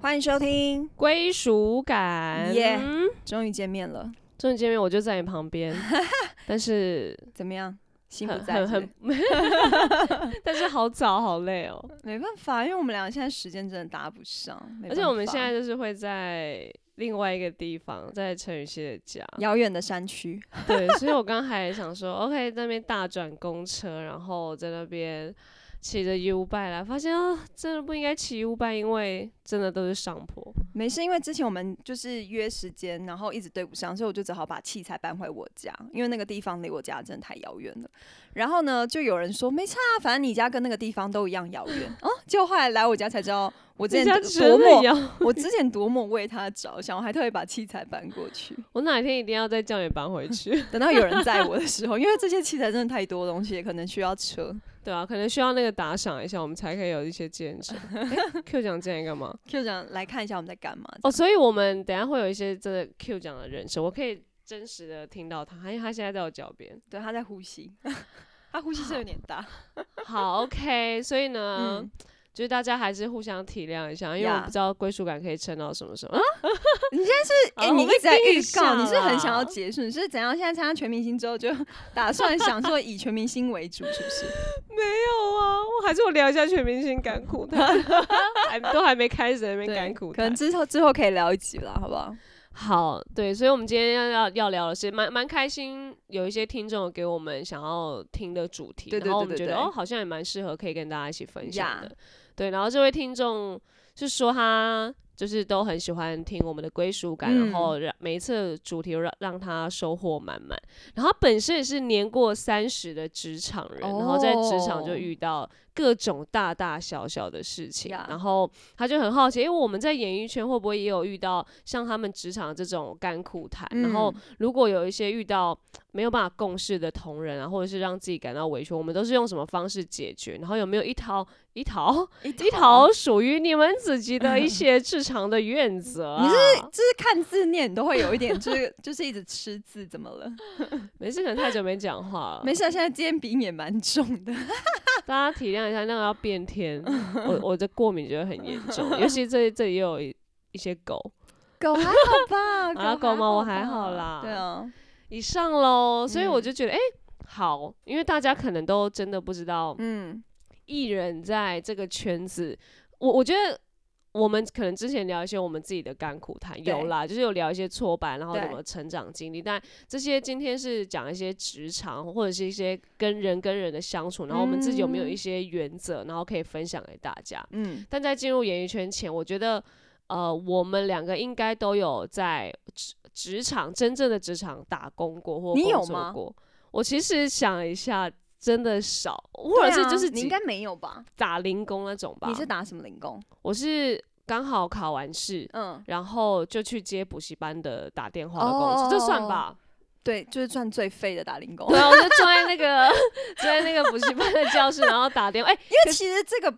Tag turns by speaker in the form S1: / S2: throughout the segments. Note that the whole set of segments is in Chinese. S1: 欢迎收听，
S2: 归属感。
S1: Yeah
S2: 嗯
S1: 终于见面了，
S2: 终于见面，我就在你旁 边，但是
S1: 怎么样？心不
S2: 很
S1: 在
S2: 很
S1: 是不是
S2: 很，但是好早好累哦。
S1: 没办法，因为我们俩现在时间真的搭不上，没
S2: 而且我们
S1: 办法
S2: 现在就是会在另外一个地方，在陈雨希的家。
S1: 遥远的山区，
S2: 对，所以我刚还想说，OK，在那边大转公车，然后在那边骑着 U 拜来，发现啊，真的不应该骑 U 拜，因为真的都是上坡。
S1: 没事，因为之前我们就是约时间，然后一直对不上，所以我就只好把器材搬回我家，因为那个地方离我家真的太遥远了。然后呢，就有人说没差啊，反正你家跟那个地方都一样遥 远哦。就后来来我家才知道，我之前
S2: 人家
S1: 多
S2: 真的
S1: 么，
S2: 要，
S1: 我之前多么为他着想，我还特意把器材搬过去。
S2: 我哪天一定要再叫你搬回 去。
S1: 等到有人载我的时候，因为这些器材真的太多东西，可能需要车。
S2: 对啊，可能需要那个打赏一下，我们才可以有一些见 证。诶 Q 奖进来干嘛？
S1: 就想来看一下我们在干嘛。
S2: 哦，所以我们等一下会有一些真的 Q 奖的人生，我可以真实的听到他，因为他现在在我脚边。
S1: 对，他在呼吸， 他呼吸声有点大。
S2: 好，OK，所以呢，
S1: 嗯，
S2: 就是大家还是互相体谅一下，因为我
S1: Yeah
S2: 不知道归属感可以撑到什么时候。
S1: 啊哎、
S2: 好
S1: 你
S2: 我
S1: 一
S2: 被
S1: 直在
S2: 盯
S1: 预
S2: 一
S1: 告，
S2: 下
S1: 你是很想要
S2: 啦
S1: 结束，你是怎样？现在参加全明星之后就 打算想说以全明星为主，是不 是？
S2: 没有啊，我还是我聊一下全明星甘 苦谈，还都还没开始，还没甘苦
S1: 可能
S2: 谈。
S1: 之后之后可以聊一集啦，好不好？
S2: 好，对，所以我们今天要要要聊的是蛮蛮开心，有一些听众有给我们想要听的主题，
S1: 对对
S2: 然后
S1: 对
S2: 我们
S1: 对
S2: 觉得
S1: 对
S2: 哦，好像也蛮适合可以跟大家一起分享
S1: 呀
S2: 的。对，然后这位听众是说他就是都很喜欢听我们的归属感，
S1: 嗯
S2: 然后让每一次的主题都让让他收获满满。然后他本身也是年过三十的职场人，然后在职场就
S1: 哦
S2: 遇到各种大大小小的事情，
S1: 呀
S2: 然后他就很好奇，因为我们在演艺圈会不会也有遇到像他们职场这种甘苦谈？然后
S1: 嗯
S2: 如果有一些遇到没有办法共事的同仁啊，或者是让自己感到委屈，我们都是用什么方式解决？然后有没有一套 一套
S1: 一
S2: 嗯一套属于你们自己的一些职场的原则、啊？
S1: 你就是看字念，你都会有一点，就是就是一直吃字，怎么了？
S2: 没事，可能太久没讲话了，
S1: 没事啊，现在今天鼻音也蛮重的。
S2: 大家体谅一下，那个要变天， 我我的过敏觉得很严重，尤其这这里也有一一些狗。
S1: 狗还好吧？
S2: 啊
S1: 狗
S2: 狗
S1: 还
S2: 吗我
S1: 吧
S2: 还好啦
S1: 对啊，
S2: 以上喽，所以我
S1: 嗯
S2: 就觉得，哎、好，因为大家可能都真的不知道
S1: 嗯，
S2: 艺人在这个圈子，我我觉得我们可能之前聊一些我们自己的甘苦谈，有啦，就是有聊一些挫败，然后
S1: 对
S2: 怎么成长经历，但这些今天是讲一些职场或者是一些跟人跟人的相处，然后我们自己有没有
S1: 嗯
S2: 一些原则，然后可以分享给大家。
S1: 嗯，
S2: 但在进入演艺圈前，我觉得，呃，我们两个应该都有在职职场真正的职场打工过或
S1: 你有
S2: 工
S1: 吗
S2: 作过。我其实想了一下，真的少，或
S1: 对
S2: 者是
S1: 啊
S2: 就是
S1: 你
S2: 几
S1: 应该没有吧？
S2: 打零工那种吧。
S1: 你是打什么零工？
S2: 我是刚好考完试，
S1: 嗯，
S2: 然后就去接补习班的打电话的工作，
S1: 哦
S2: 这算吧？
S1: 对，就是赚最废的打零工。
S2: 对啊，我就坐在那个 坐在那个补习班的教室，然后打电话。哎、
S1: 因为其实这个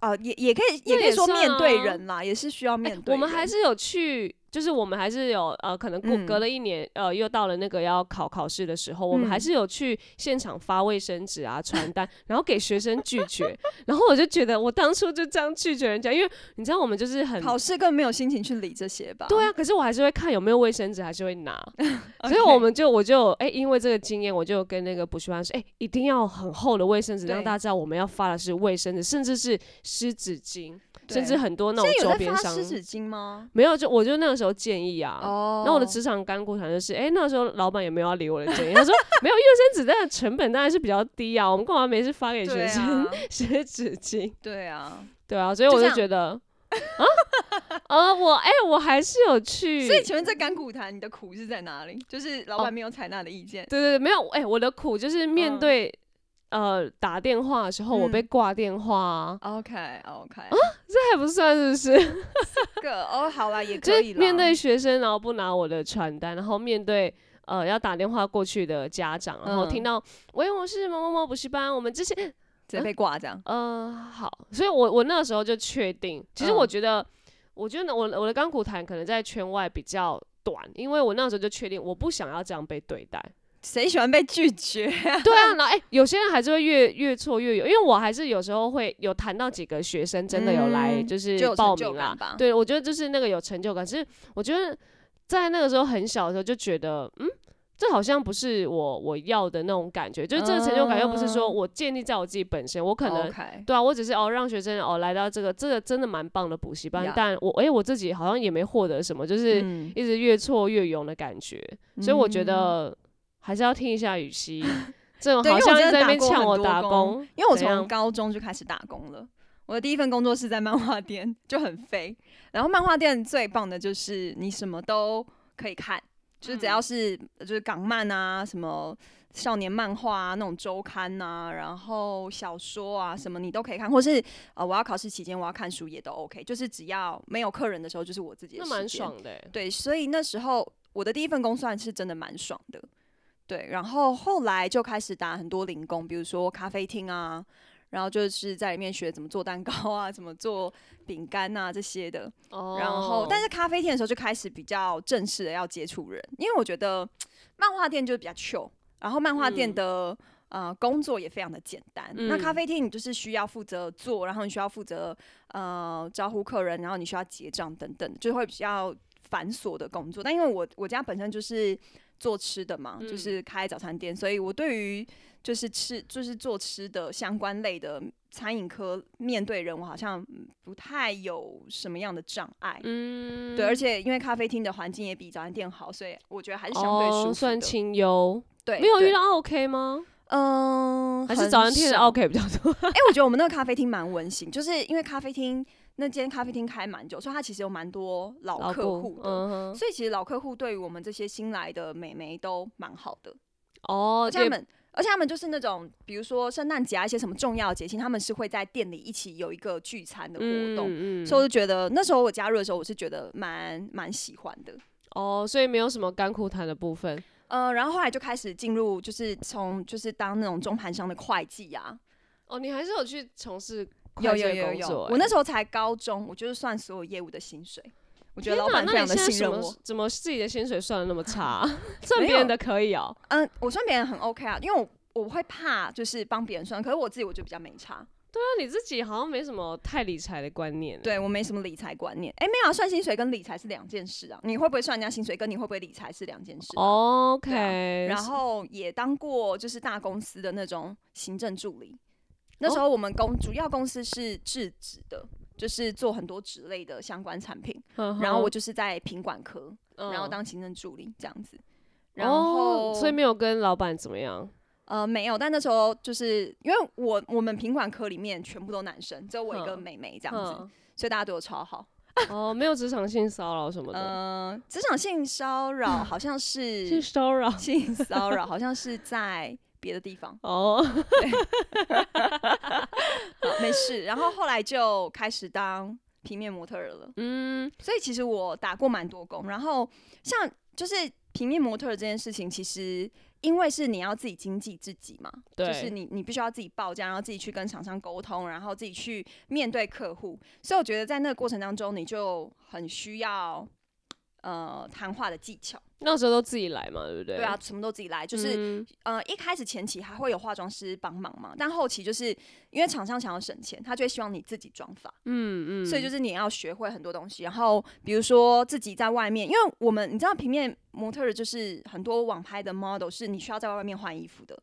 S1: 啊、也也可以，也可以
S2: 也
S1: 说
S2: 算
S1: 面对
S2: 啊
S1: 人啦，也是需要面对人。
S2: 我们还是有去，就是我们还是有呃，可能过
S1: 嗯
S2: 隔了一年，呃，又到了那个要考考试的时候，我们还
S1: 嗯
S2: 是有去现场发卫生纸啊、传单，然后给学生拒绝。然后我就觉得，我当初就这样拒绝人家，因为你知道我们就是很。
S1: 考试根本没有心情去理这些吧？
S2: 对啊，可是我还是会看有没有卫生纸，还是会 拿。
S1: OK，
S2: 所以我们就我就哎、因为这个经验，我就跟那个补习班说，哎、一定要很厚的卫生纸，让
S1: 对
S2: 大家知道我们要发的是卫生纸，甚至是湿纸巾，甚
S1: 对
S2: 至很多那种
S1: 现在
S2: 周
S1: 有在
S2: 边
S1: 发
S2: 商
S1: 湿纸巾吗？
S2: 没有，就我就那个时候建议啊。
S1: 哦
S2: 然后我的职场干股团就是，哎、那时候老板也没有要理我的建议，他说没有，因为生纸袋的成本当然是比较低啊，我们干嘛没事发给学
S1: 对
S2: 生，
S1: 啊
S2: 写纸巾？
S1: 对啊，
S2: 对啊，所以
S1: 就
S2: 我
S1: 这
S2: 就
S1: 样
S2: 觉得啊， 呃，我哎、我还是有 去，
S1: 所以
S2: 对
S1: 请问这甘苦谈你的苦是在哪里？就是老
S2: 哦
S1: 板没有采纳的意见。
S2: 对对，没有，哎、我的苦就是面
S1: 嗯
S2: 对、呃打电话的时候，我被
S1: 嗯
S2: 挂电话、啊，
S1: OK OK，
S2: 这还不算是不是？
S1: 这个哦好啦，也
S2: 就
S1: 可以
S2: 是
S1: 啦。
S2: 面对学生，然后不拿我的传单，然后面对呃要打电话过去的家长，然后
S1: 嗯
S2: 听到、喂，我是某某某补习班，我们之前
S1: 直接被挂这样，
S2: 呃好，所以我我那时候就确定，其实
S1: 嗯
S2: 我觉得，我觉得我我 的钢骨谈可能在圈外比较短，因为我那时候就确定我不想要这样被对待，
S1: 谁喜欢被拒绝？
S2: 对啊，然后哎、有些人还是会越越挫越勇，因为我还是有时候会有谈到几个学生真的有来
S1: 嗯
S2: 就是
S1: 就有
S2: 报
S1: 成就
S2: 名啊啦
S1: 感，吧
S2: 对我觉得就是那个有成就感，是我觉得在那个时候很小的时候就觉得嗯。这好像不是我我要的那种感觉，就是这个成就感又不是说
S1: 嗯
S2: 我建立在我自己本身，我可能
S1: OK，
S2: 对啊，我只是哦让学生哦来到这个这个真的蛮棒的补习班
S1: Yeah
S2: 但我诶、我自己好像也没获得什么，就是
S1: 嗯
S2: 一直越挫越勇的感觉，所以我觉
S1: 嗯
S2: 得还是要听一下 雨熙，这种
S1: 对因
S2: 好
S1: 为我
S2: 像
S1: 真的
S2: 在那
S1: 打
S2: 边
S1: 过
S2: 呛
S1: 很
S2: 我
S1: 多
S2: 打
S1: 工
S2: 工，
S1: 因为我
S2: 怎样
S1: 从高中就开始打工了。我的第一份工作是在漫画店，就很废。然后漫画店最棒的就是你什么都可以看，就是只
S2: 嗯
S1: 要是就是港漫啊，什么少年漫画啊那种周刊啊，然后小说啊什么你都可以看，或是呃我要考试期间我要看书也都 OK，就是只要没有客人的时候就是我自己的
S2: 那
S1: 时
S2: 蛮
S1: 间
S2: 爽的、欸。
S1: 对，所以那时候我的第一份工算是真的蛮爽的，对。然后后来就开始打很多零工，比如说咖啡厅啊，然后就是在里面学怎么做蛋糕啊，怎么做饼干啊这些的。
S2: 哦
S1: 然后，但是咖啡店的时候就开始比较正式的要接触人，因为我觉得漫画店就是比较 chill，然后漫画店
S2: 嗯
S1: 的、呃工作也非常的简单。那咖
S2: 嗯
S1: 啡厅你就是需要负责做，然后你需要负责呃招呼客人，然后你需要结账等等，就会比较繁琐的工作。但因为我我家本身就是做吃的嘛，就
S2: 嗯
S1: 是开早餐店，所以我对于就是吃就是做吃的相关类的餐饮科面对人，我好像嗯不太有什么样的障碍。
S2: 嗯
S1: 对，而且因为咖啡厅的环境也比早餐店好，所以我觉得还是相对舒服的。
S2: 哦、算清幽，
S1: 对，
S2: 没有遇
S1: 对，
S2: 到 OK 吗？
S1: 嗯，
S2: 还是
S1: 很
S2: 早餐店的
S1: 少
S2: OK 比较多？
S1: 哎、我觉得我们那个咖啡厅蛮温馨，就是因为咖啡厅那间咖啡厅开蛮久，所以它其实有蛮多 老客
S2: 顾
S1: 户的。
S2: 嗯哼，
S1: 所以其实老客户对于我们这些新来的美眉都蛮好的，
S2: 哦
S1: 而，且他
S2: 也
S1: 们，而且他们就是那种，比如说圣诞节啊一些什么重要的节庆，他们是会在店里一起有一个聚餐的活动，
S2: 嗯嗯
S1: 所以我就觉得那时候我加入的时候，我是觉得蛮蛮喜欢的。
S2: 哦，所以没有什么甘苦谈的部分。
S1: 呃，然后后来就开始进入，就是从就是当那种中盘商的会计啊，
S2: 哦，你还是有去从事
S1: 有
S2: 会计
S1: 有
S2: 的
S1: 有
S2: 工
S1: 有，
S2: 作欸
S1: 我那时候才高中，我就是算所有业务的薪水，我觉得
S2: 天
S1: 老
S2: 哪
S1: 板
S2: 那
S1: 非常
S2: 你
S1: 的
S2: 现在
S1: 信
S2: 什
S1: 任
S2: 么
S1: 我。
S2: 怎么自己的薪水算的那么 差 啊、算
S1: 没
S2: 别人
S1: 有
S2: 的可以哦、
S1: 嗯，我算别人很 OK 啊，因为我我会怕就是帮别人算，可是我自己我就比较没差，
S2: 啊那你自己好像没什么太理财的观念欸。
S1: 对我没什么理财观念。哎、没有、啊，算薪水跟理财是两件事啊，你会不会算人家薪水跟你会不会理财是两件事
S2: 哦
S1: 啊、
S2: ，OK，、
S1: 对啊然后也当过就是大公司的那种行政助理。
S2: 哦
S1: 那时候我们公主要公司是制纸的，就是做很多纸类的相关产品。
S2: 嗯哼
S1: 然后我就是在品管科，然后
S2: 嗯
S1: 当行政助理这样子。然后、
S2: 哦所以没有跟老板怎么样。
S1: 呃没有，但那时候就是因为我我们品管科里面全部都男生，只有我一个
S2: 嗯
S1: 妹妹这样子，所以大家对我超好。
S2: 嗯 哦，没有职场性骚扰什么的，
S1: 嗯，职场性骚扰好像
S2: 性
S1: 是
S2: 骚扰
S1: 性骚扰，好像是在别的地方。
S2: 哦，
S1: 好呃没事。然后后来就开始当平面模特儿了，
S2: 嗯，
S1: 所以其实我打过蛮多工。然后像就是平面模特儿这件事情，其实因为是你要自己经济自己嘛，
S2: 对，
S1: 就是你你必须要自己报价，然后自己去跟厂商沟通，然后自己去面对客户。所以我觉得在那个过程当中，你就很需要。呃，谈话的技巧，
S2: 那时候都自己来嘛，对不对？
S1: 对啊，，什么都自己来，就是、
S2: 嗯
S1: 呃，一开始前期还会有化妆师帮忙嘛，但后期就是因为厂商想要省钱，他就会希望你自己妆发，
S2: 嗯嗯，
S1: 所以就是是你要学会很多东西，然后比如说自己在外面，因为我们你知道平面模特儿就是很多网拍的 model 是你需要在外面换衣服的，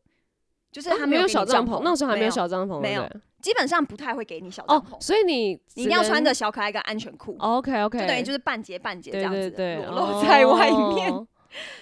S1: 就是他
S2: 哦没
S1: 有给你
S2: 小帐
S1: 篷，
S2: 那时候还
S1: 没
S2: 没有，小帐篷，
S1: 没有
S2: 对不对
S1: 基本上不太会给你小帐篷，
S2: 哦，所以你
S1: 你一定要穿
S2: 的
S1: 着小可爱跟安全裤，
S2: OK OK，
S1: 就等于就是半截半截这
S2: 对
S1: 样
S2: 对
S1: 子
S2: 对，
S1: 裸露在外面，
S2: 哦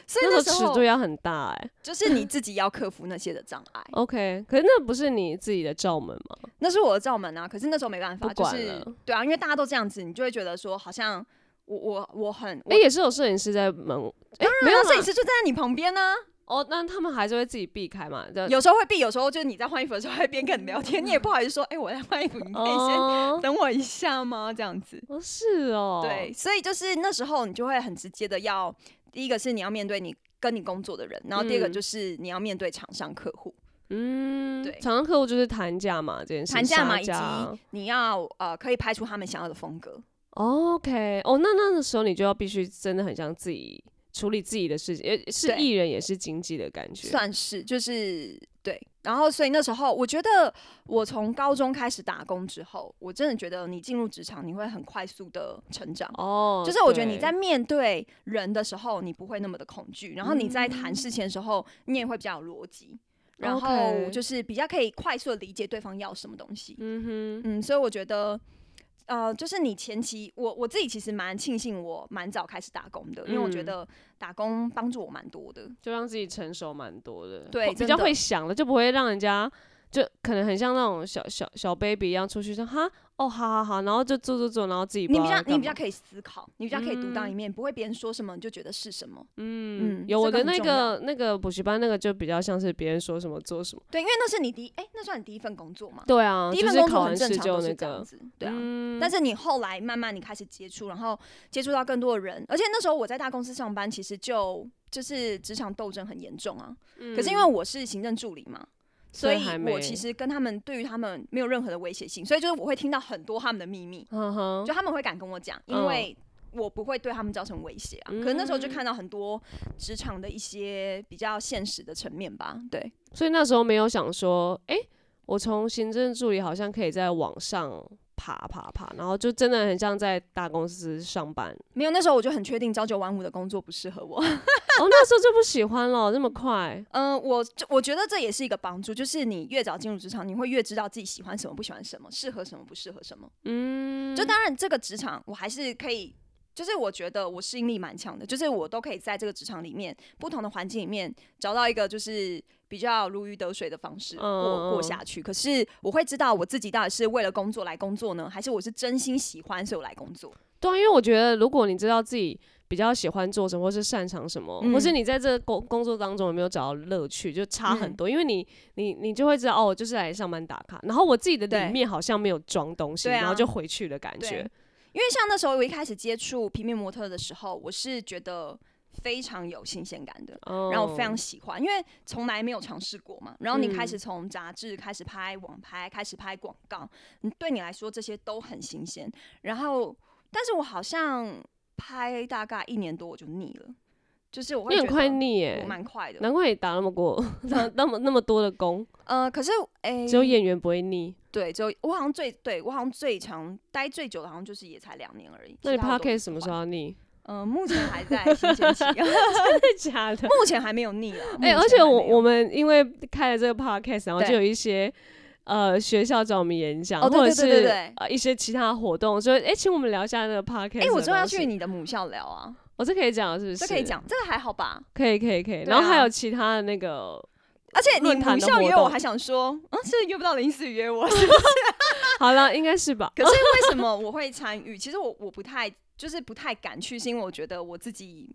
S1: 所以
S2: 那
S1: 那
S2: 时
S1: 时
S2: 候尺
S1: 候
S2: 度要很大哎。
S1: 就是你自己要克服那些的障碍，
S2: OK，可是那不是你自己的罩门吗？
S1: 那是我的罩门啊，可是那时候没办法，
S2: 不
S1: 就
S2: 管
S1: 是
S2: 了
S1: 对啊，因为大家都这样子，你就会觉得说好像我我我很，我
S2: 哎，也是有摄影师在门，哎，没
S1: 没
S2: 有
S1: 有
S2: 啦
S1: 摄影师就站在你旁边呢、
S2: 哦，那他们还是会自己避开嘛？对，
S1: 有时候会避，有时候就是你在换衣服的时候还边跟你聊天，你也不好意思说，哎、我在换衣服，你可以先
S2: 哦，
S1: 等我一下吗？这样子。
S2: 哦是哦，
S1: 对，，所以就是那时候你就会很直接的要，第一个是你要面对你跟你工作的人，然后第二个
S2: 嗯
S1: 就是你要面对厂商客户，
S2: 嗯，
S1: 对
S2: 常常客户就是谈价嘛，这件事，
S1: 谈价嘛，
S2: 杀啊
S1: 以及你要呃可以拍出他们想要的风格。
S2: OK，哦，那那个时候你就要必须真的很像自己处理自己的事情，也是
S1: 对
S2: 艺人也是经济的感觉。
S1: 算是就是对。然后，所以那时候我觉得，我从高中开始打工之后，我真的觉得你进入职场，你会很快速的成长。
S2: 哦，
S1: 就是我觉得你
S2: 对
S1: 在面对人的时候，你不会那么的恐惧，然后你在谈事情的时候，你也会比较有逻辑，然后
S2: 嗯 OK
S1: 就是比较可以快速的理解对方要什么东西。
S2: 嗯哼，
S1: 嗯，所以我觉得，呃，就是你前期，我我自己其实蛮庆幸我蛮早开始打工的，因为我觉
S2: 嗯
S1: 得打工帮助我蛮多的。
S2: 就让自己成熟蛮多的，
S1: 对
S2: 会比
S1: 真
S2: 较
S1: 的
S2: 会想了，就不会让人家就可能很像那种小小小 baby 一样出去说哈哦好好好，然后就做做做，然后自己不
S1: 你
S2: 知
S1: 比
S2: 道
S1: 较
S2: 要
S1: 你
S2: 干
S1: 比较
S2: 嘛
S1: 可以思考，你比较可以独当一面，不会别人说什么你就觉得是什么。
S2: 嗯
S1: 嗯
S2: 有我
S1: 这
S2: 的
S1: 个很
S2: 那
S1: 重要
S2: 个那个补习班那个就比较像是别人说什么做什么，
S1: 对，因为那是你第一，哎、那算你第一份工作嘛？
S2: 对啊，
S1: 第一
S2: 就
S1: 份
S2: 是
S1: 工
S2: 考
S1: 作很
S2: 完
S1: 正
S2: 试
S1: 常
S2: 就
S1: 都
S2: 那
S1: 是这样
S2: 个，
S1: 子，对啊。
S2: 嗯
S1: 但是你后来慢慢你开始接触，然后接触到更多的人，而且那时候我在大公司上班，其实就就是职场斗争很严重啊。可是因为我是行政助理嘛，所
S2: 嗯所以
S1: 以
S2: 还
S1: 我
S2: 没
S1: 其实跟他们对于他们没有任何的威胁性，所以就是我会听到很多他们的秘密，
S2: 嗯哼
S1: 就他们会敢跟我讲，因
S2: 嗯
S1: 为。我不会对他们造成威胁啊，可是那时候就看到很多职场的一些比较现实的层面吧，对，
S2: 所以那时候没有想说，诶，我从行政助理好像可以在网上爬爬爬，然后就真的很像在大公司上班。
S1: 没有那时候我就很确定朝九晚五的工作不适合我，
S2: 哦，那时候就不喜欢了，那么快。
S1: 嗯，我就我觉得这也是一个帮助，就是你越早进入职场，你会越知道自己喜欢什么、不喜欢什么，适合什么、不适合什么。
S2: 嗯，
S1: 就当然，这个职场我还是可以，就是我觉得我适应力蛮强的，就是我都可以在这个职场里面、不同的环境里面找到一个就是比较如鱼得水的方式过过
S2: 嗯
S1: 下去。可是我会知道我自己到底是为了工作来工作呢，还是我是真心喜欢所以我来工作。
S2: 对啊，因为我觉得如果你知道自己比较喜欢做什么，或是擅长什么，
S1: 嗯
S2: 或是你在这个工工作当中有没有找到乐趣，就差很
S1: 嗯
S2: 多。因为你你你就会知道，哦，我就是来上班打卡。然后我自己的
S1: 对
S2: 里面好像没有装东西，
S1: 对啊
S2: 然后就回去的感
S1: 对
S2: 觉。
S1: 因为像那时候我一开始接触平面模特的时候，我是觉得非常有新鲜感的。
S2: 哦
S1: 然后我非常喜欢，因为从来没有尝试过嘛。然后你开
S2: 嗯
S1: 始从杂志开始拍网拍，开始拍广告，嗯对你来说这些都很新鲜。然后，但是我好像拍大概一年多我就腻了，就是我会
S2: 你很
S1: 觉
S2: 快
S1: 得
S2: 腻耶、
S1: 我蛮快的。
S2: 难怪你打那 么过那那么那么多的工，
S1: 呃，可是哎，
S2: 只有演员不会腻。
S1: 对，只有我好像最对我好像最长待最久的，好像就是也才两年而已。
S2: 那你
S1: 其他我都
S2: p d c a
S1: 很
S2: s t 什么
S1: 喜
S2: 时 候
S1: 欢？
S2: 要腻？
S1: 嗯，目前还在新鲜 期，
S2: 真的假的？
S1: 目前还没有腻啊。目
S2: 哎、而
S1: 前还
S2: 且我
S1: 没有
S2: 我们因为开了这个 podcast，然后就
S1: 对
S2: 有一些呃学校找我们演讲，
S1: 哦对
S2: 或
S1: 对
S2: 者
S1: 对对
S2: 是
S1: 对
S2: 呃一些其他活动，所以哎、请我们聊一下那个 podcast。
S1: 哎，我真的要去，你的母校聊啊。
S2: 我这可以讲是不是？
S1: 这可以，讲，这个还好吧？
S2: 可以可以可
S1: 对
S2: 以。然后还
S1: 啊
S2: 有其他的那个，
S1: 而且你
S2: 论坛
S1: 母
S2: 的
S1: 校
S2: 活
S1: 约我，
S2: 动
S1: 还想说， 嗯，是约不到林思雨约我。
S2: 好了，应该是吧？
S1: 可是为什么我会参与？其实我我不太，就是不太敢去，是因为我觉得我自己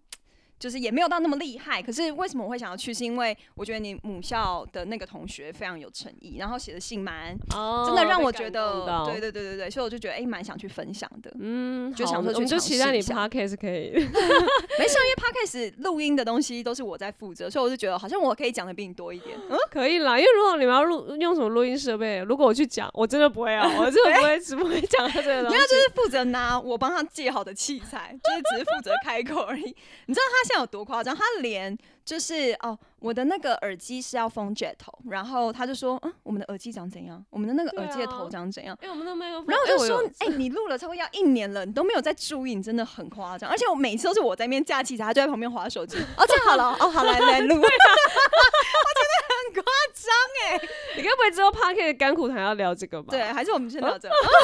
S1: 就是也没有到那么厉害。可是为什么我会想要去？是因为我觉得你母校的那个同学非常有诚意，然后写的信蛮
S2: 哦，
S1: 真的让
S2: 被
S1: 我
S2: 感
S1: 觉
S2: 动
S1: 得，
S2: 到
S1: 对。对对对对，所以我就觉得哎，蛮、想去分享的。
S2: 嗯，
S1: 就
S2: 好
S1: 想
S2: 我
S1: 说
S2: 们
S1: 去
S2: 我们就
S1: 尝
S2: 期
S1: 试
S2: 待
S1: 一
S2: 你
S1: 下
S2: podcast 可以，
S1: 没事，因为 podcast 录音的东西都是我在负责，所以我就觉得好像我可以讲的比你多一点。嗯，
S2: 可以啦。因为如果你们要录用什么录音设备，如果我去讲，我真的不会 啊，我真的不会，只不会讲到这
S1: 啊
S2: 个东西。
S1: 就是负责拿我帮他借好的器材， 就是只是负责开口而已。你知道他现在有多夸张？他连就是哦，我的那个耳机是要封 jet 头，然后他就说，嗯，我们的耳机长怎样？我们的那个耳机的头长怎样？
S2: 哎、我们都没有。
S1: 然啊后我
S2: 哎
S1: 就说
S2: 有，
S1: 哎、你录了超过要一年了，你都没有在注意，你真的很夸张。而且我每次都是我在那边架器材，他就在旁边划手机。 哦，这样好了，哦， 好来来录。
S2: 你该不会知道 p a r k e 甘苦谈要聊这个吧？
S1: 对，，还是我们先到这，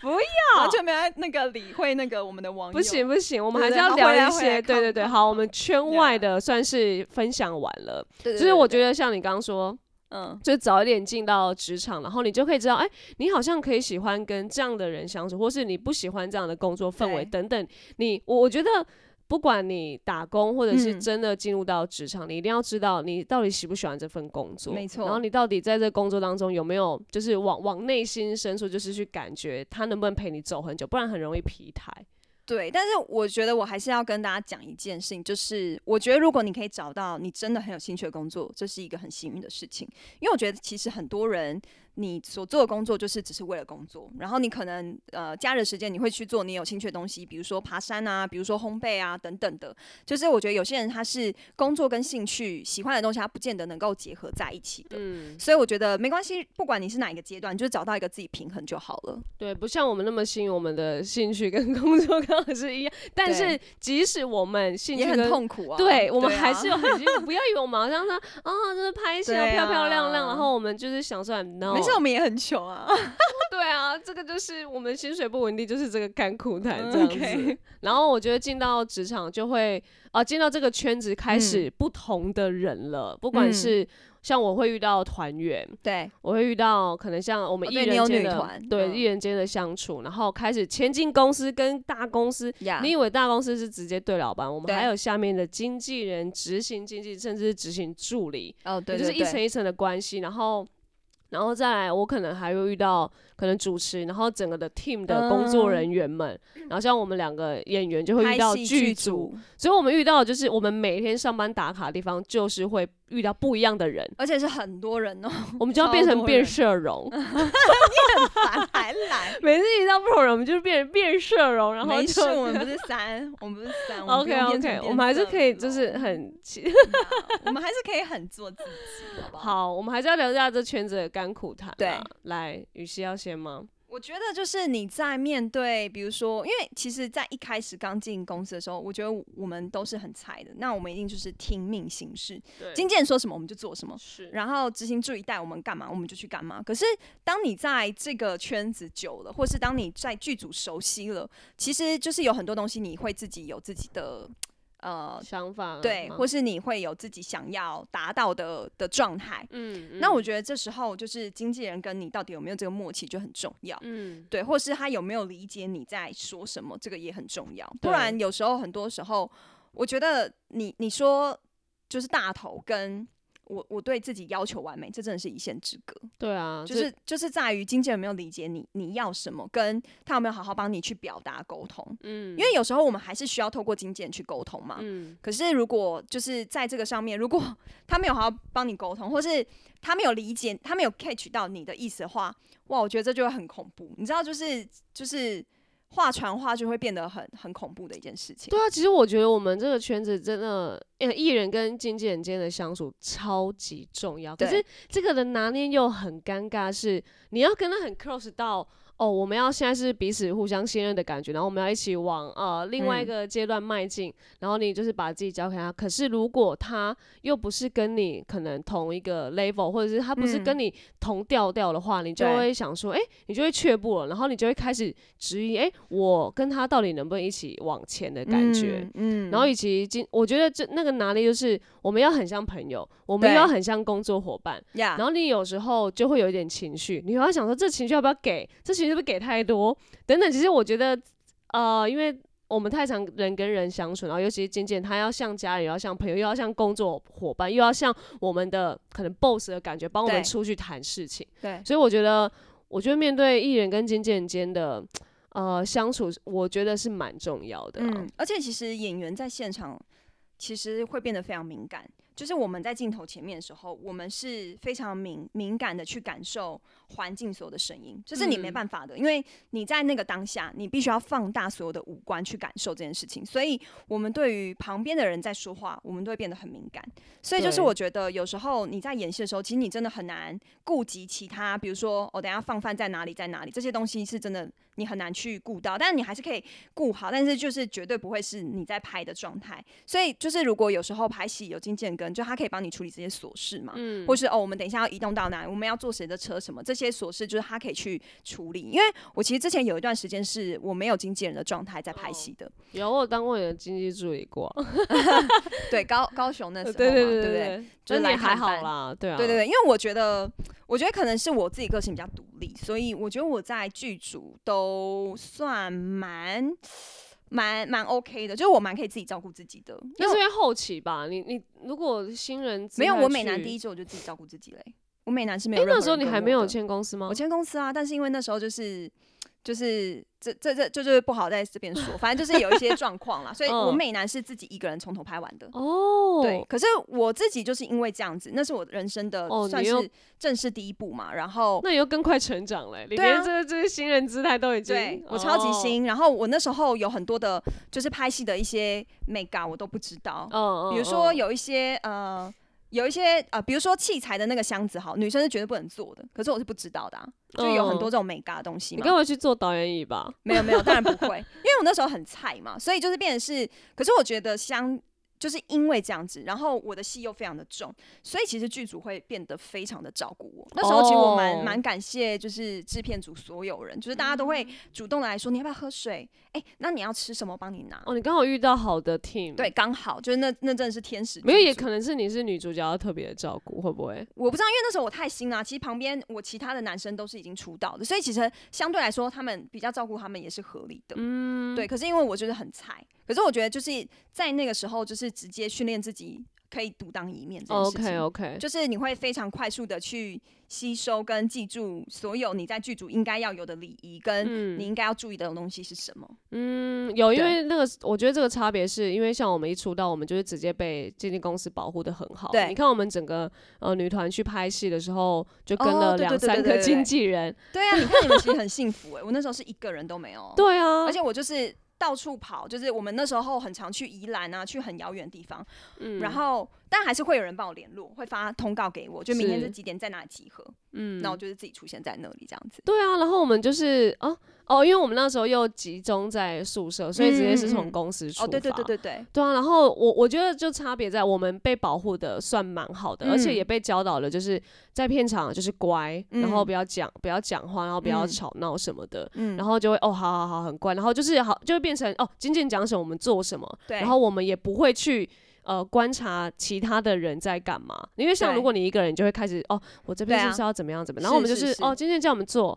S2: 不
S1: 要完全没有那个理会那个我们的网友。
S2: 不行不行，我们还
S1: 对
S2: 是
S1: 对
S2: 要
S1: 好
S2: 聊
S1: 回来
S2: 一
S1: 回
S2: 些。
S1: 来
S2: 对
S1: 靠
S2: 对对，
S1: 靠
S2: 好，我们圈
S1: 对
S2: 外的算是分享完了。
S1: 对，对
S2: 就
S1: 对
S2: 是我
S1: 对
S2: 觉得像你刚刚说，
S1: 嗯，
S2: 就早一点进到职场，然后你就可以知道，哎、你好像可以喜欢跟这样的人相处，或是你不喜欢这样的工作氛围
S1: 对
S2: 等等。你我我觉得。不管你打工或者是
S1: 嗯
S2: 真的进入到职场，你一定要知道你到底喜不喜欢这份工作，
S1: 没错
S2: 然后你到底在这工作当中有没有就是往往内心深处就是去感觉他能不能陪你走很久，不然很容易疲态。
S1: 对，但是我觉得我还是要跟大家讲一件事情，就是我觉得如果你可以找到你真的很有兴趣的工作，这是一个很幸运的事情。因为我觉得其实很多人你所做的工作就是只是为了工作，然后你可能呃假日时间你会去做你有兴趣的东西，比如说爬山啊，比如说烘焙啊等等的。就是我觉得有些人他是工作跟兴趣喜欢的东西，他不见得能够结合在一起的。
S2: 嗯，
S1: 所以我觉得没关系，不管你是哪一个阶段，你就找到一个自己平衡就好了。
S2: 对，不像我们那么新，我们的兴趣跟工作刚好是一样，但是即使我们兴趣
S1: 也
S2: 跟
S1: 很痛苦啊，
S2: 对我们
S1: 啊
S2: 还是有很兴趣，不要以为我们好像是啊，就是拍戏
S1: 对
S2: 啊，
S1: 啊
S2: 漂漂亮亮，然后我们就是想出来 no，
S1: 没事，我们也很穷啊。
S2: 对啊，这个就是我们薪水不稳定，就是这个干苦谈
S1: 嗯
S2: 这 样子。
S1: OK
S2: 然后我觉得进到职场就会啊，进到这个圈子开始不同的人了，不管
S1: 嗯
S2: 是像我会遇到团员，
S1: 对，
S2: 我会遇到可能像我们
S1: 哦
S2: 艺
S1: 对你有
S2: 人间
S1: 女
S2: 的、
S1: 团
S2: 对
S1: 嗯
S2: 艺人间的相处，然后开始前进公司跟大公司。
S1: 呀
S2: 你以为大公司是直接对老板，我们
S1: 啊对
S2: 还有下面的经纪人、执行经纪，甚至是执行助理，
S1: 哦，对，
S2: 也就是
S1: 对
S2: 一层，一层的关系，然后。然后再来，我可能还会遇到可能主持，然后整个的 team 的工作
S1: 嗯
S2: 人员们，然后像我们两个演员就
S1: 对
S2: 会遇
S1: 拍
S2: 到
S1: 戏
S2: 剧
S1: 剧
S2: 组，，所以我们遇到的就是我们每天上班打卡的地方，就是会遇到不一样的人，
S1: 而且是很多人 哦，
S2: 我们就要
S1: 超
S2: 变成
S1: 多
S2: 变
S1: 人
S2: 色龙，
S1: 烦还来。
S2: 每次遇到不同人，我们就是变变色龙，然后
S1: 没 事，
S2: 就
S1: 我们不是三，我们不是 三
S2: OK OK，我们还是可以就是，很期
S1: 我们不用变成变色龙哦呀我 们还是可以很做自己，好不好？
S2: 好，我们还是要聊一下这圈子的甘苦谈啊。
S1: 对
S2: 来，雨熙要先吗？
S1: 我觉得就是你在面对，比如说，因为其实，在一开始刚进公司的时候，我觉得我们都是很菜的，那我们一定就是听命行事，
S2: 对
S1: 经纪人说什么我们就做什么。
S2: 是
S1: 然后执行助理带我们干嘛，我们就去干嘛。可是当你在这个圈子久了，或是当你在剧组熟悉了，其实就是有很多东西你会自己有自己的呃，
S2: 想法
S1: 对，
S2: 吗
S1: 或是你会有自己想要达到的的状态。
S2: 嗯，
S1: 那我
S2: 觉
S1: 觉得这时候就是经纪人跟你到底有没有这个默契就很重要。
S2: 嗯
S1: 对，或是他有没有理解你在说什么，这个也很重要。不
S2: 对
S1: 然有时候很多时候，我觉得你你说就是大头跟我我对自己要求完美，这真的是一线之隔。
S2: 对啊，
S1: 就
S2: 这
S1: 是就是在于经纪人有没有理解你你要什么，跟他有没有好好帮你去表达沟通。
S2: 嗯，
S1: 因为有时候我们还是需要透过经纪人去沟通嘛。
S2: 嗯
S1: 可是，如果就是在这个上面，如果 他没有好好帮你沟通，或是他没有理解，他没有 catch 到你的意思的话，哇，我觉得这就会很恐怖。你知道，就是就是话传话就会变得很很恐怖的一件事情。
S2: 对啊，其实我觉得我们这个圈子真的，呃艺人跟经纪人间的相处超级重要，可
S1: 对
S2: 是这个的拿捏又很尴尬是，你要跟他很 close 到。哦，我们要现在是彼此互相信任的感觉，然后我们要一起往呃另外一
S1: 嗯
S2: 个阶段迈进，然后你就是把自己交给他。可是如果他又不是跟你可能同一个 level，或者是他不是
S1: 嗯
S2: 跟你同调调的话，你就
S1: 对
S2: 会想说，哎、你就会却步了，然后你就会开始质疑，哎、我跟他到底能不能一起往前的感觉？
S1: 嗯，嗯
S2: 然后以及今，我觉得这那个拿捏就是我们要很像朋友，我们
S1: 对啊
S2: 又要很像工作伙伴，
S1: 呀
S2: 然后你有时候就会有一点情绪，你又要想说这情绪要不要给，这情绪是不是给太多等等。其实我觉得，呃，因为我们太常人跟人相处，然后尤其是渐渐他要像家人，又要像朋友，又要像工作伙伴，又要像我们的可能 boss 的感觉，帮我们
S1: 对
S2: 出去谈事情。
S1: 对
S2: 所以我觉得，我觉得面对艺人跟经纪人间的。呃，相处我觉得是蛮重要的、啊，
S1: 嗯，而且其实演员在现场其实会变得非常敏感，就是我们在镜头前面的时候，我们是非常敏敏感的去感受环境所有的声音，就是你没
S2: 嗯
S1: 办法的，因为你在那个当下，你必须要放大所有的五官去感受这件事情，所以我们对于旁边的人在说话，我们都会变得很敏感。所以就是
S2: 对
S1: 我觉得有时候你在演戏的时候，其实你真的很难顾及其他，比如说哦，等一下放饭在哪里，在哪里这些东西是真的你很难去顾到，但是你还是可以顾好，但是就是绝对不会是你在拍的状态。所以就是如果有时候拍戏有经纪人跟，就他可以帮你处理这些琐事嘛，
S2: 嗯
S1: 或是哦，我们等一下要移动到哪里，我们要坐谁的车，什么这些琐事，就是他可以去处理。因为我其实之前有一段时间是我没有经纪人的状态在
S2: 哦
S1: 拍戏的，
S2: 有我有当过你的经济助理过，啊
S1: 对高高雄那时候嘛，
S2: 呃对
S1: 对
S2: 对
S1: 不
S2: 对，
S1: 就
S2: 那
S1: 来
S2: 你还
S1: 看
S2: 好
S1: 班
S2: 啦，对啊，
S1: 对对对，因为我觉得，我觉得可能是我自己个性比较独立，所以我觉得我在剧组都算蛮蛮蛮 OK 的，就是我蛮可以自己照顾自己的。因
S2: 那
S1: 为
S2: 是
S1: 我
S2: 因为后期吧，你你如果新人
S1: 没有我美男第
S2: 一，
S1: 一季我就自己照顾自己嘞，我美男是没
S2: 哎
S1: 有，任何
S2: 那
S1: 人
S2: 时候
S1: 跟我的。
S2: 你还没有签公司吗
S1: 我？签公司啊，但是因为那时候就是就是这这这这就是不好在这边说，反正就是有一些状况啦。所以
S2: 嗯
S1: 我美男是自己一个人从头拍完的。
S2: 哦，
S1: 对，可是我自己就是因为这样子，那是我人生的
S2: 哦
S1: 算
S2: 你又
S1: 是正式第一步嘛。然后
S2: 那你又更快成长了欸，你
S1: 对啊
S2: 连这这些新人姿态都已经，
S1: 对我超级
S2: 哦，
S1: 新，然后我那时候有很多的，就是拍戏的一些美感我都不知道，
S2: 嗯嗯，
S1: 比如说
S2: 嗯，
S1: 有一些呃。有一些呃，比如说器材的那个箱子，好，女生是绝对不能做的，可是我是不知道的、啊，就有很多这种美嘎的东西
S2: 哦嗯你
S1: 嘛。
S2: 该不会去做导演椅吧？
S1: 没有没有，当然不会，因为我那时候很菜嘛，所以就是变成是，可是我觉得相就是因为这样子，然后我的戏又非常的重，所以其实剧组会变得非常的照顾我。那时候其实我蛮
S2: 哦嗯
S1: 蛮感谢就是制片组所有人，就是大家都会主动的来说你要不要喝水，哎、那你要吃什么，我帮你拿。
S2: 哦，你刚好遇到好的 team，
S1: 对，，刚好就是那那真的是天使剧组。
S2: 没有，也可能是你是女主角要特别照顾，会不会？
S1: 我不知道，因为那时候我太新啦、其实旁边我其他的男生都是已经出道的，所以其实相对来说，他们比较照顾他们也是合理的。
S2: 嗯，
S1: 对，可是因为我就是很菜，可是我觉得就是在那个时候，就是直接训练自己可以独当一面这件事情。
S2: ，OK OK，
S1: 就是你会非常快速的去吸收跟记住所有你在剧组应该要有的礼仪，跟你应该要注意的东西是什么。
S2: 嗯，有，因
S1: 对
S2: 为那个我觉得这个差别是因为像我们一出道，我们就是直接被经纪公司保护的很好。
S1: 对
S2: 你看我们整个呃女团去拍戏的时候，就跟
S1: 哦
S2: 了
S1: 对对
S2: 两
S1: 对
S2: 三
S1: 对
S2: 个
S1: 对对
S2: 经纪人。
S1: 对啊，你看你们其实很幸福哎、我那时候是一个人都没有，
S2: 对啊，
S1: 而且我就是到处跑，就是我们那时候很常去宜兰啊，去很遥远的地方，
S2: 嗯
S1: 然后但还是会有人帮我联络，会发通告给我，就明天
S2: 是
S1: 是几点在哪里集合，
S2: 嗯
S1: 那我就是自己出现在那里这样子。
S2: 对啊，然后我们就是啊哦，因为我们那时候又集中在宿舍，所以直接是
S1: 嗯嗯
S2: 从
S1: 嗯
S2: 公司出发。
S1: 哦，对对对对对，
S2: 对啊，然后我我觉得就差别在我们被保护的算蛮好的，
S1: 嗯
S2: 而且也被教导了，就是在片场就是乖，
S1: 嗯
S2: 然后不要讲不要讲话，然后不要
S1: 嗯
S2: 吵闹什么的，
S1: 嗯
S2: 然后就会哦好好好很乖，然后就是好就会变成哦今天讲什么我们做什么，
S1: 对，
S2: 然后我们也不会去。呃，观察其他的人在干嘛，因为像
S1: 对
S2: 如果你一个人，你就会开始哦，我这边
S1: 对啊
S2: 是不是要怎么样怎么样？然后我们就是
S1: 是
S2: 哦，今天叫我们做，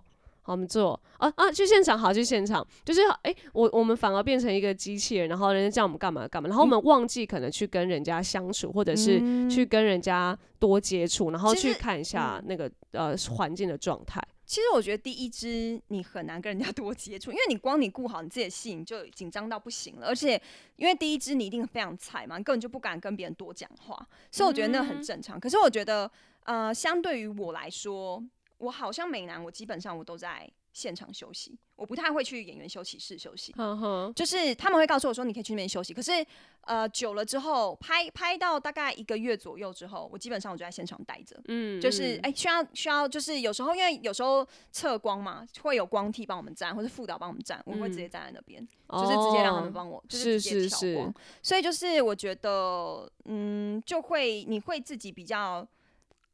S2: 好，我们做啊啊，去现场，好，去现场，就是哎、我我们反而变成一个机器人，然后人家叫我们干嘛干嘛，然后我们忘记可能去跟人家相处，或者是
S1: 嗯
S2: 去跟人家多接触，然后
S1: 其
S2: 去
S1: 实嗯
S2: 看一下那个、呃环境的状态。
S1: 其实我觉得第一支你很难跟人家 多接触，因为你光你顾好你自己的戏，你就紧张到不行了。而且因为第一支你一定非常菜嘛，你根本就不敢跟别人多讲话，所以我觉得那很正常。可是我觉得，呃，相对于我来说，我好像美男，我基本上我都在现场休息，我不太会去演员休息室休息。
S2: 哼哼，
S1: 就是他们会告诉我说你可以去那边休息，可是呃久了之后拍拍到大概一个月左右之后，我基本上我就在现场待着，
S2: 嗯
S1: 就是
S2: 嗯
S1: 哎、需要需要就是有时候因为有时候测光嘛，会有光替帮我们站，或是副导帮我们站，我会直接站在那边，就是直接让他们
S2: 嗯哦
S1: 帮我，就是直接
S2: 是
S1: 调
S2: 是
S1: 光。所以就是我觉得嗯，就会你会自己比较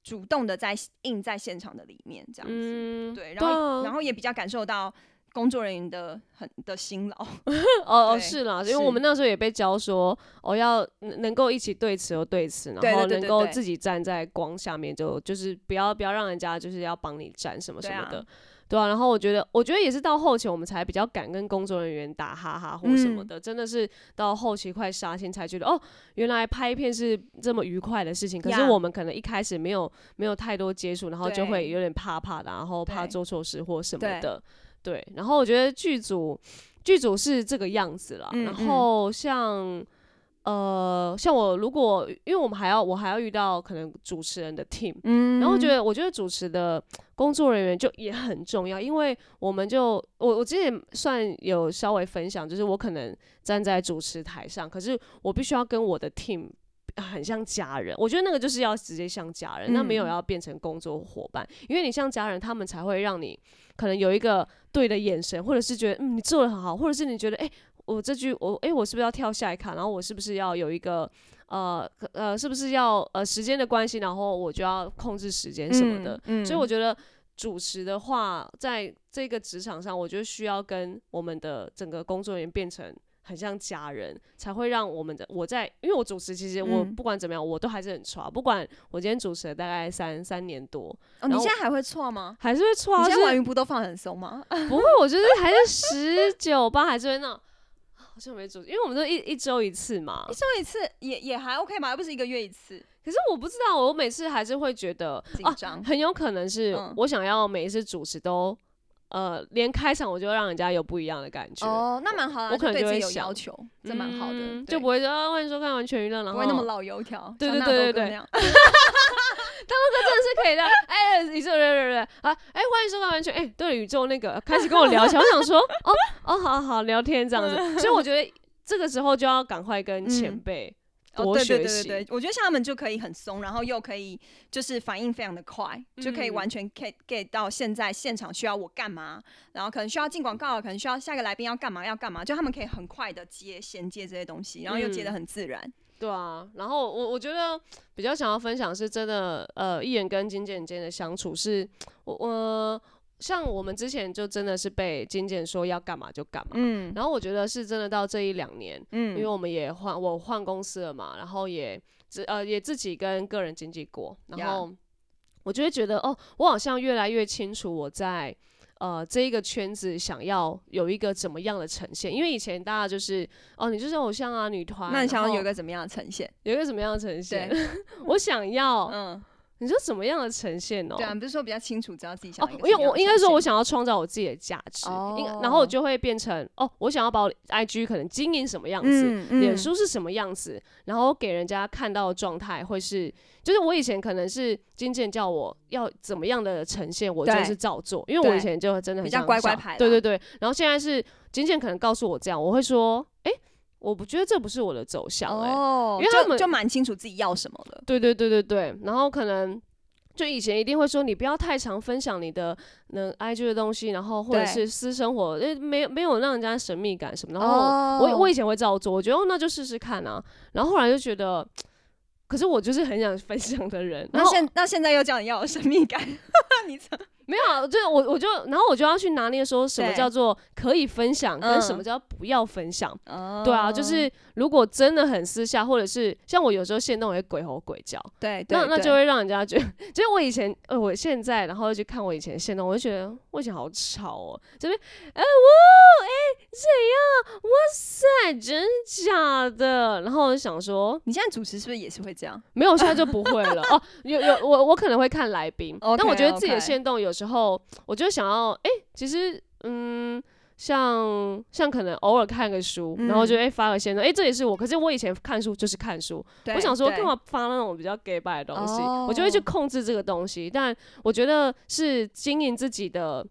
S1: 主动的在印在现场的里面这样子，
S2: 嗯
S1: 对，然后、
S2: 啊
S1: 然后也比较感受到工作人员的很的辛劳，
S2: 哦哦
S1: 对
S2: 是啦，
S1: 是
S2: 因为我们那时候也被教说，哦要能能够一起对词就对词，
S1: 对
S2: 然
S1: 对
S2: 后
S1: 对
S2: 能
S1: 对
S2: 够
S1: 对
S2: 自己站在光下面就，就是不要不要让人家就是要帮你站什么什
S1: 对啊
S2: 么的，对啊。然后我觉得，我觉得也是到后期我们才比较敢跟工作人员打哈哈或什么
S1: 嗯
S2: 的，真的是到后期快杀青才觉得，哦，原来拍片是这么愉快的事情。可是
S1: 呀
S2: 我们可能一开始没有没有太多接触，然后就
S1: 对
S2: 会有点怕怕的，然后怕
S1: 对
S2: 做错事或什么
S1: 对
S2: 的。对，然后我觉得剧组剧组是这个样子啦。
S1: 嗯
S2: 然
S1: 嗯
S2: 后像呃，像我如果因为我们还要我还要遇到可能主持人的 team，
S1: 嗯
S2: 然后我觉得，我觉得主持的工作人员就也很重要，因为我们就我我之前算有稍微分享，就是我可能站在主持台上，可是我必须要跟我的 team 很像家人，我觉得那个就是要直接像家人，那没有
S1: 嗯
S2: 要变成工作伙伴，因为你像家人，他们才会让你可能有一个对的眼神，或者是觉得嗯你做的很好，或者是你觉得哎、我这句我哎、我是不是要跳下一卡，然后我是不是要有一个呃可呃是不是要呃时间的关系，然后我就要控制时间什么的，
S1: 嗯
S2: 所以我觉得主持的话，在这个职场上，我觉得需要跟我们的整个工作人员变成很像家人，才会让我们的我在，因为我主持其实我
S1: 嗯
S2: 不管怎么样，我都还是很差，不管我今天主持了大概三三年多，
S1: 哦，你
S2: 然后
S1: 现在还会错吗？
S2: 还是会
S1: 你
S2: 差，
S1: 现
S2: 就
S1: 在玩
S2: 是
S1: 云不都放很松吗？啊
S2: 不会，我觉得还是十九八还是会那种。啊好像没主持，因为我们都一一周一次嘛，
S1: 做一次也也还 OK 吧，又不是一个月一次，
S2: 可是我不知道，我每次还是会觉得
S1: 紧
S2: 啊，
S1: 张。
S2: 很有可能是
S1: 嗯
S2: 我想要每一次主持都呃，连开场我就让人家有不一样的感觉，
S1: 哦，那蛮好的，
S2: 我可能
S1: 就对
S2: 就
S1: 自
S2: 会
S1: 己有
S2: 想
S1: 要求，这蛮好的，
S2: 嗯就不
S1: 会
S2: 会说啊，欢迎收看完全娱乐，然
S1: 不
S2: 后
S1: 会那么老油条，
S2: 对
S1: 像
S2: 对
S1: 纳
S2: 对
S1: 豆
S2: 对
S1: 哥
S2: 对
S1: 那样
S2: 是可以的。哎，宇宙对对对啊，哎，欢迎收看完全哎，对宇宙那个开始跟我聊起来，我想说，哦哦，好好聊天这样子，所以我觉得这个时候就要赶快跟前
S1: 嗯
S2: 辈
S1: 哦，
S2: 多
S1: 对对
S2: 学
S1: 对
S2: 习，
S1: 对对，我觉得像他们就可以很松，然后又可以就是反应非常的快，就可以
S2: 嗯
S1: 完全 get get 到现在现场需要我干嘛，然后可能需要进广告，可能需要下个来宾要干嘛要干嘛，就他们可以很快的接衔接这些东西，然后又接
S2: 嗯
S1: 的很自然。
S2: 对啊，然后我我觉得比较想要分享是真的，呃，艺人跟经纪人间的相处是，我我、像我们之前就真的是被经纪人说要干嘛就干嘛，
S1: 嗯
S2: 然后我觉得是真的到这一两年，因为
S1: 嗯，
S2: 我们也换我换公司了嘛，然后也自呃也自己跟个人经纪过，然
S1: Yeah
S2: 后我就会觉得哦，我好像越来越清楚我在呃这一个圈子想要有一个怎么样的呈现，因为以前大家就是哦你就是偶像啊女团，
S1: 那你想要有一
S2: 个
S1: 个怎么样的呈现？
S2: 有一个什么样的呈现
S1: 对？，
S2: 我想要、
S1: 嗯，
S2: 你说怎么样的呈现哦？
S1: 对啊，你不是说比较清楚知道自己想
S2: 哦
S1: 要一，个什
S2: 因为
S1: 么样
S2: 我
S1: 的
S2: 应该
S1: 呈
S2: 说，我
S1: 现
S2: 想要创造我自己的价值，应
S1: 哦
S2: 然后我就会变成哦，我想要把我的 IG 可能经营什么样子，
S1: 嗯嗯
S2: 脸、书是什么样子，然后给人家看到的状态会是，就是我以前可能是经纪人叫我要怎么样的呈现，我就
S1: 对
S2: 是照做，因为我以
S1: 对
S2: 前就真的很
S1: 比较
S2: 像
S1: 乖乖
S2: 小
S1: 牌啦
S2: 对对对。然后现在是经纪人可能告诉我这样，我会说，哎、我不觉得这不是我的走向、哎、
S1: 哦，
S2: 因为他
S1: 就
S2: 们
S1: 就蛮清楚自己要什么的。
S2: 对对对对对，然后可能就以前一定会说你不要太常分享你的那 IG 的东西，然后或者
S1: 对
S2: 是私生活，因为没有没有让人家神秘感什么。然后我、我以前会照做，我觉得、哦、那就试试看啊。然后后来就觉得，可是我就是很想分享的人，
S1: 那
S2: 然后
S1: 现那现在又叫你要有神秘感， 你怎么
S2: 没有啊，就是我我就然后我就要去拿捏说什么
S1: 对
S2: 叫做可以分享，跟什
S1: 嗯
S2: 么叫不要分享。
S1: 哦
S2: 对啊，就是如果真的很私下，或者是像我有时候现动也会鬼吼鬼叫。
S1: 对对，
S2: 那那
S1: 对
S2: 就会让人家觉得， 就是我以前，呃，我现在，然后去看我以前的现动，我就觉得我以前好吵哦、这边，哎、我，哎、怎样？哇塞，真假的？然后我就想说，
S1: 你现在主持是不是也是会这样？
S2: 没有，现在就不会了。哦，有有，我我可能会看来宾
S1: OK，
S2: 但我觉得自己的
S1: OK
S2: 现动有时候，我就想要，哎、其实，嗯。像像可能偶尔看个书，然后就
S1: 嗯
S2: 哎、发个现动，哎、这也是我。可是我以前看书就是看书，
S1: 对
S2: 我想说
S1: 对
S2: 干嘛发那种比较 gay 白的东西，我就会去
S1: 哦
S2: 控制这个东西。但我觉得是经营自己的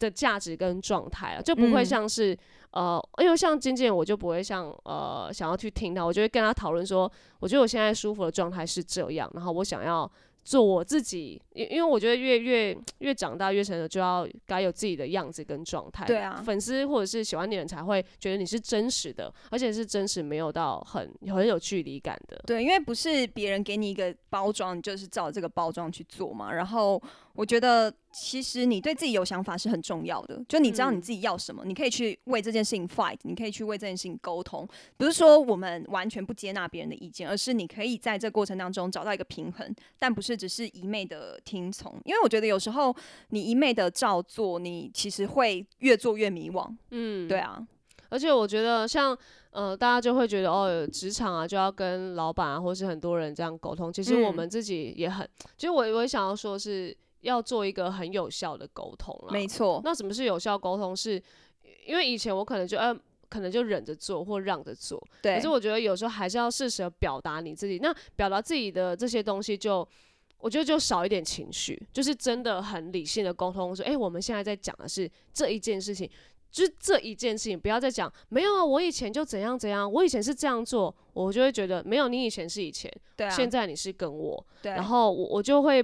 S2: 的价值跟状态啊，就不会
S1: 嗯
S2: 像是、呃，因为像经纪人，我就不会像呃想要去听到，我就会跟他讨论说，我觉得我现在舒服的状态是这样，然后我想要。做我自己，因因为我觉得越越越长大越成熟，就要该有自己的样子跟状态。
S1: 对啊
S2: 粉丝或者是喜欢你的人才会觉得你是真实的，而且是真实，没有到很很有距离感的。
S1: 对，因为不是别人给你一个包装，你就是照这个包装去做嘛。然后我觉得，其实你对自己有想法是很重要的，就你知道你
S2: 嗯
S1: 自己要什么，你可以去为这件事情 fight，你可以去为这件事情沟通。不是说我们完全不接纳别人的意见，而是你可以在这过程当中找到一个平衡，但不是只是一昧的听从。因为我觉得有时候你一昧的照做，你其实会越做越迷惘。
S2: 嗯，
S1: 对啊，
S2: 而且我觉得像呃，大家就会觉得哦，职场啊就要跟老板啊，或是很多人这样沟通。其实我
S1: 嗯
S2: 们自己也很，其实我我也想要说是要做一个很有效的沟通啦。
S1: 没错，
S2: 那什么是有效沟通？是因为以前我可能就呃，可能就忍着做或让着做，
S1: 对
S2: 可是。我觉得有时候还是要适时的表达你自己。那表达自己的这些东西就。我觉得就少一点情绪，就是真的很理性的沟通，说，哎、我们现在在讲的是这一件事情，就是这一件事情，不要再讲没有啊，我以前就怎样怎样，我以前是这样做，我就会觉得没有，你以前是以前，
S1: 对啊，
S2: 现在你是跟我，
S1: 对，啊
S2: 然后我我就会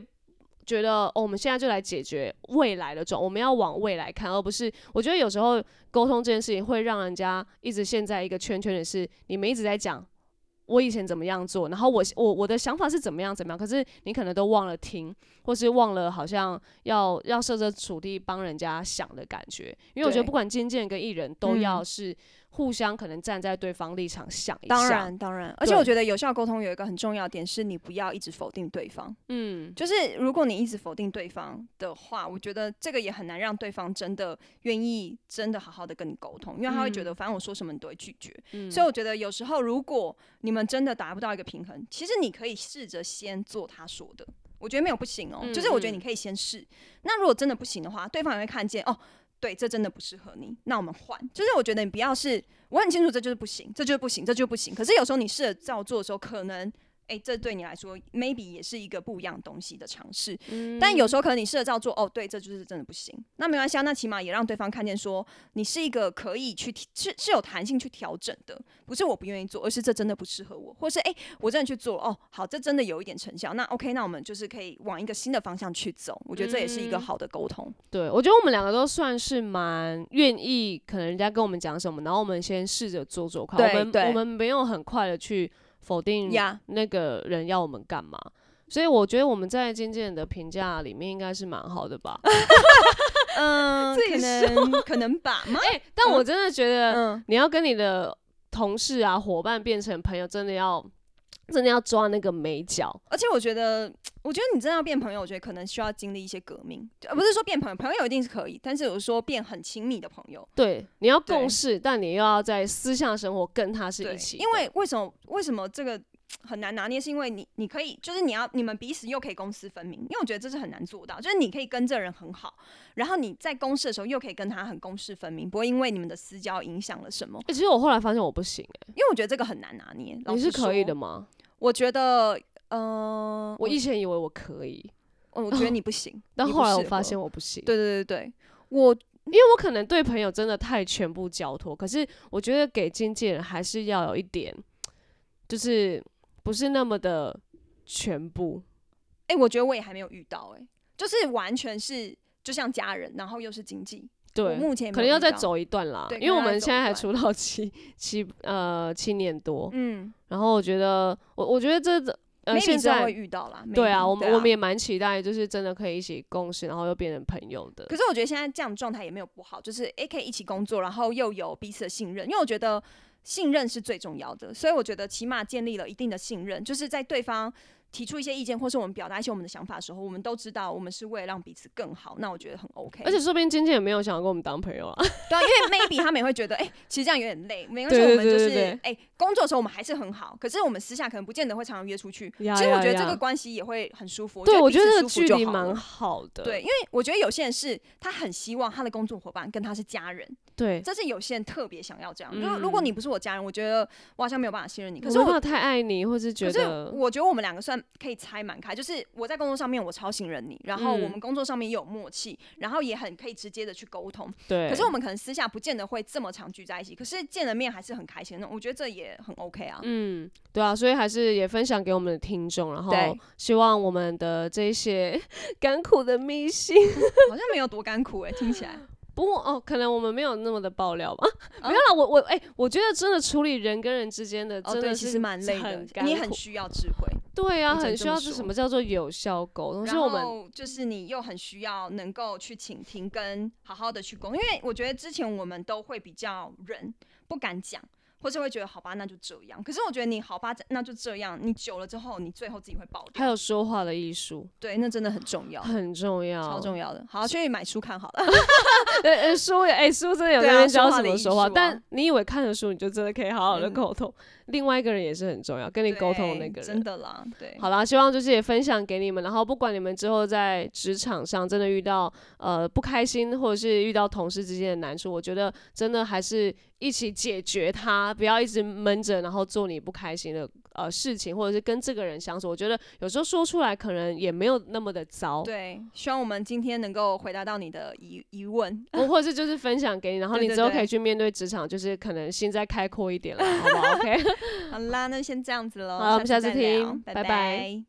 S2: 觉得，哦，我们现在就来解决未来的状，我们要往未来看，而不是我觉得有时候沟通这件事情会让人家一直陷在一个圈圈里，是你们一直在讲。我以前怎么样做，然后我我我的想法是怎么样怎么样，可是你可能都忘了听，或是忘了好像要要设身处地帮人家想的感觉，因为我觉得
S1: 对
S2: 不管经纪人跟艺人都
S1: 嗯
S2: 要是互相可能站在对方立场想一下，
S1: 当，然，当然，而且
S2: 对
S1: 我觉得有效沟通有一个很重要的点是，你不要一直否定对方。
S2: 嗯，
S1: 就是如果你一直否定对方的话，我觉得这个也很难让对方真的愿意真的好好的跟你沟通，因为他会觉得反正我说什么你都会拒绝。
S2: 嗯
S1: 所以我觉得有时候如果你们真的达不到一个平衡，其实你可以试着先做他说的，我觉得没有不行哦、
S2: 嗯
S1: 就是我觉得
S2: 嗯
S1: 你可以先试。那如果真的不行的话，对方也会看见哦。对，这真的不适合你，那我们换。就是我觉得你不要是，我很清楚这就是不行，这就是不行，这就是不行。可是有时候你试着照做的时候，可能。哎、这对你来说，maybe 也是一个不一样东西的尝试。
S2: 嗯
S1: 但有时候可能你试着照做，哦，对，这就是真的不行。那没关系啊，那起码也让对方看见说你是一个可以去提是是有弹性去调整的，不是我不愿意做，而是这真的不适合我，或是哎、我真的去做了，哦，好，这真的有一点成效，那 OK，那我们就是可以往一个新的方向去走。我觉得这也是一个
S2: 嗯
S1: 好的沟通。
S2: 对，我觉得我们两个都算是蛮愿意，可能人家跟我们讲什么，然后我们先试着做做看。
S1: 对
S2: 我们
S1: 对
S2: 我们没有很快的去否定
S1: 呀
S2: 那个人要我们干嘛。所以我觉得我们在经纪人的评价里面应该是蛮好 的吧。
S1: 嗯，
S2: 自己
S1: 可能可能吧吗？
S2: 哎、呃但我真的觉得
S1: 嗯，
S2: 你要跟你的同事啊、伙伴变成朋友，真的要真的要抓那个眉角。
S1: 而且我觉得，我觉得你真的要变朋友，我觉得可能需要经历一些革命，呃，不是说变朋友，朋友一定是可以，但是有时候变很亲密的朋友，
S2: 对，你要
S1: 对
S2: 共事，但你又要在私下生活跟他是
S1: 对
S2: 一起，的。
S1: 因为为什么为什么这个很难拿捏，是因为你你可以就是你要你们彼此又可以公私分明，因为我觉得这是很难做到，就是你可以跟这人很好，然后你在公事的时候又可以跟他很公私分明，不会因为你们的私交影响了什么，
S2: 欸其实我后来发现我不行、
S1: 因为我觉得这个很难拿捏。
S2: 欸，
S1: 老
S2: 你
S1: 实
S2: 是可以
S1: 说
S2: 的，吗？
S1: 我觉得，嗯、
S2: 我以前以为我可以，
S1: 我我觉得你不行，
S2: 但
S1: 你
S2: 后
S1: 不
S2: 来我
S1: 适
S2: 发
S1: 合
S2: 现我不行，
S1: 对对对对，我
S2: 因为我可能对朋友真的太全部交托，可是我觉得给经纪人还是要有一点，就是不是那么的全部。
S1: 哎、我觉得我也还没有遇到、哎，就是完全是就像家人，然后又是经济，我
S2: 对，
S1: 目前也没
S2: 可能
S1: 有
S2: 要
S1: 遇
S2: 再
S1: 到，
S2: 走一段啦，
S1: 对
S2: 因为我
S1: 可能
S2: 们
S1: 要再
S2: 现在还
S1: 走
S2: 出道七 七呃七年多，
S1: 嗯
S2: 然后我觉得我我觉得这呃
S1: ，maybe
S2: 现
S1: 之后
S2: 在
S1: 会遇到啦，
S2: 对啊，
S1: maybe，
S2: 我们我们也蛮期待，就是真的可以一起共事，然后又变成朋友的。
S1: 可是我觉得现在这样的状态也没有不好，就是诶可以一起工作，然后又有彼此的信任，因为我觉得信任是最重要的，所以我觉得起码建立了一定的信任，就是在对方提出一些意见，或是我们表达一些我们的想法的时候，我们都知道我们是为了让彼此更好，那我觉得很 OK。
S2: 而且说不定经纪人没有想要跟我们当朋友啊。
S1: 对啊，因为 maybe 他们也会觉得，哎、其实这样有点累，没关系，
S2: 对
S1: 我
S2: 对
S1: 们就
S2: 对
S1: 是
S2: 对对
S1: 哎、工作的时候我们还是很好，可是我们私下可能不见得会常常约出去。
S2: 呀
S1: 其实我
S2: 呀
S1: 觉得这
S2: 呀
S1: 个关系也会很舒服，
S2: 对，我
S1: 我
S2: 觉
S1: 觉
S2: 得
S1: 得彼
S2: 这
S1: 此舒
S2: 个
S1: 服
S2: 距
S1: 就
S2: 离
S1: 好
S2: 蛮
S1: 了。
S2: 好的。
S1: 对，因为我觉得有些人是他很希望他的工作伙伴跟他是家人，
S2: 对，
S1: 这是有些人特别想要这样。
S2: 嗯
S1: 如果如果你不是我家人，我觉得我好像没有办法信任你。可
S2: 我
S1: 是
S2: 没
S1: 我
S2: 办法太爱你，或是
S1: 可
S2: 觉
S1: 是
S2: 得
S1: 我觉得我们两个算可以拆蛮开，就是我在工作上面我超信任你，然后
S2: 嗯
S1: 我们工作上面也有默契，然后也很可以直接的去沟通。
S2: 对。
S1: 可是我们可能私下不见得会这么常聚在一起，可是见了面还是很开心的那种。我觉得这也很 OK 啊。
S2: 嗯，对啊，所以还是也分享给我们的听众，然后
S1: 对
S2: 希望我们的这些 甘苦的秘辛，
S1: 好像没有多甘苦哎、听起 来。
S2: 不过哦，可能我们没有那么的爆料吧，
S1: 嗯
S2: 没有啦，我我哎、我觉得真的处理人跟人之间的
S1: 哦，
S2: 真
S1: 对，
S2: 的
S1: 其
S2: 是
S1: 实蛮累的
S2: 很，甘
S1: 你很
S2: 苦
S1: 需要智慧，
S2: 对啊，
S1: 我只能
S2: 很
S1: 这
S2: 需要
S1: 么
S2: 这什
S1: 说
S2: 么叫做有效沟通，所
S1: 然
S2: 以我们
S1: 后就是你又很需要能够去倾听跟好好的去沟通，因为我觉得之前我们都会比较忍，不敢讲。或是会觉得好吧，那就这样。可是我觉得你好吧，那就这样。你久了之后，你最后自己会爆
S2: 还
S1: 掉。
S2: 有说话的艺术
S1: 对，那真的很重要，
S2: 很重要，
S1: 超重要的。好，去买书看好了。
S2: 呃呃，书也哎、书真的有
S1: 对
S2: 在
S1: 啊
S2: 那边教
S1: 说话
S2: 怎
S1: 的
S2: 么
S1: 艺
S2: 说话，
S1: 术啊
S2: 但你以为看了书你就真的可以好好的
S1: 嗯
S2: 沟通，另外一个人也是很重要，跟你沟通的那
S1: 对
S2: 个
S1: 真
S2: 人。
S1: 的啦，对。
S2: 好啦，希望就是也分享给你们，然后不管你们之后在职场上真的遇到呃不开心，或者是遇到同事之间的难处，我觉得真的还是一起解决它，不要一直闷着，然后做你不开心的呃事情，或者是跟这个人相处。我觉得有时候说出来可能也没有那么的糟，
S1: 对，希望我们今天能够回答到你的疑疑问。
S2: 我或者是就是分享给你，然后
S1: 对
S2: 你
S1: 对
S2: 之后
S1: 对
S2: 可以去面对职场，就是可能心再开阔一点了，好不好？OK。
S1: 好啦，那先这样子喽。
S2: 好我们下次
S1: 再聊
S2: 听拜
S1: 拜
S2: 拜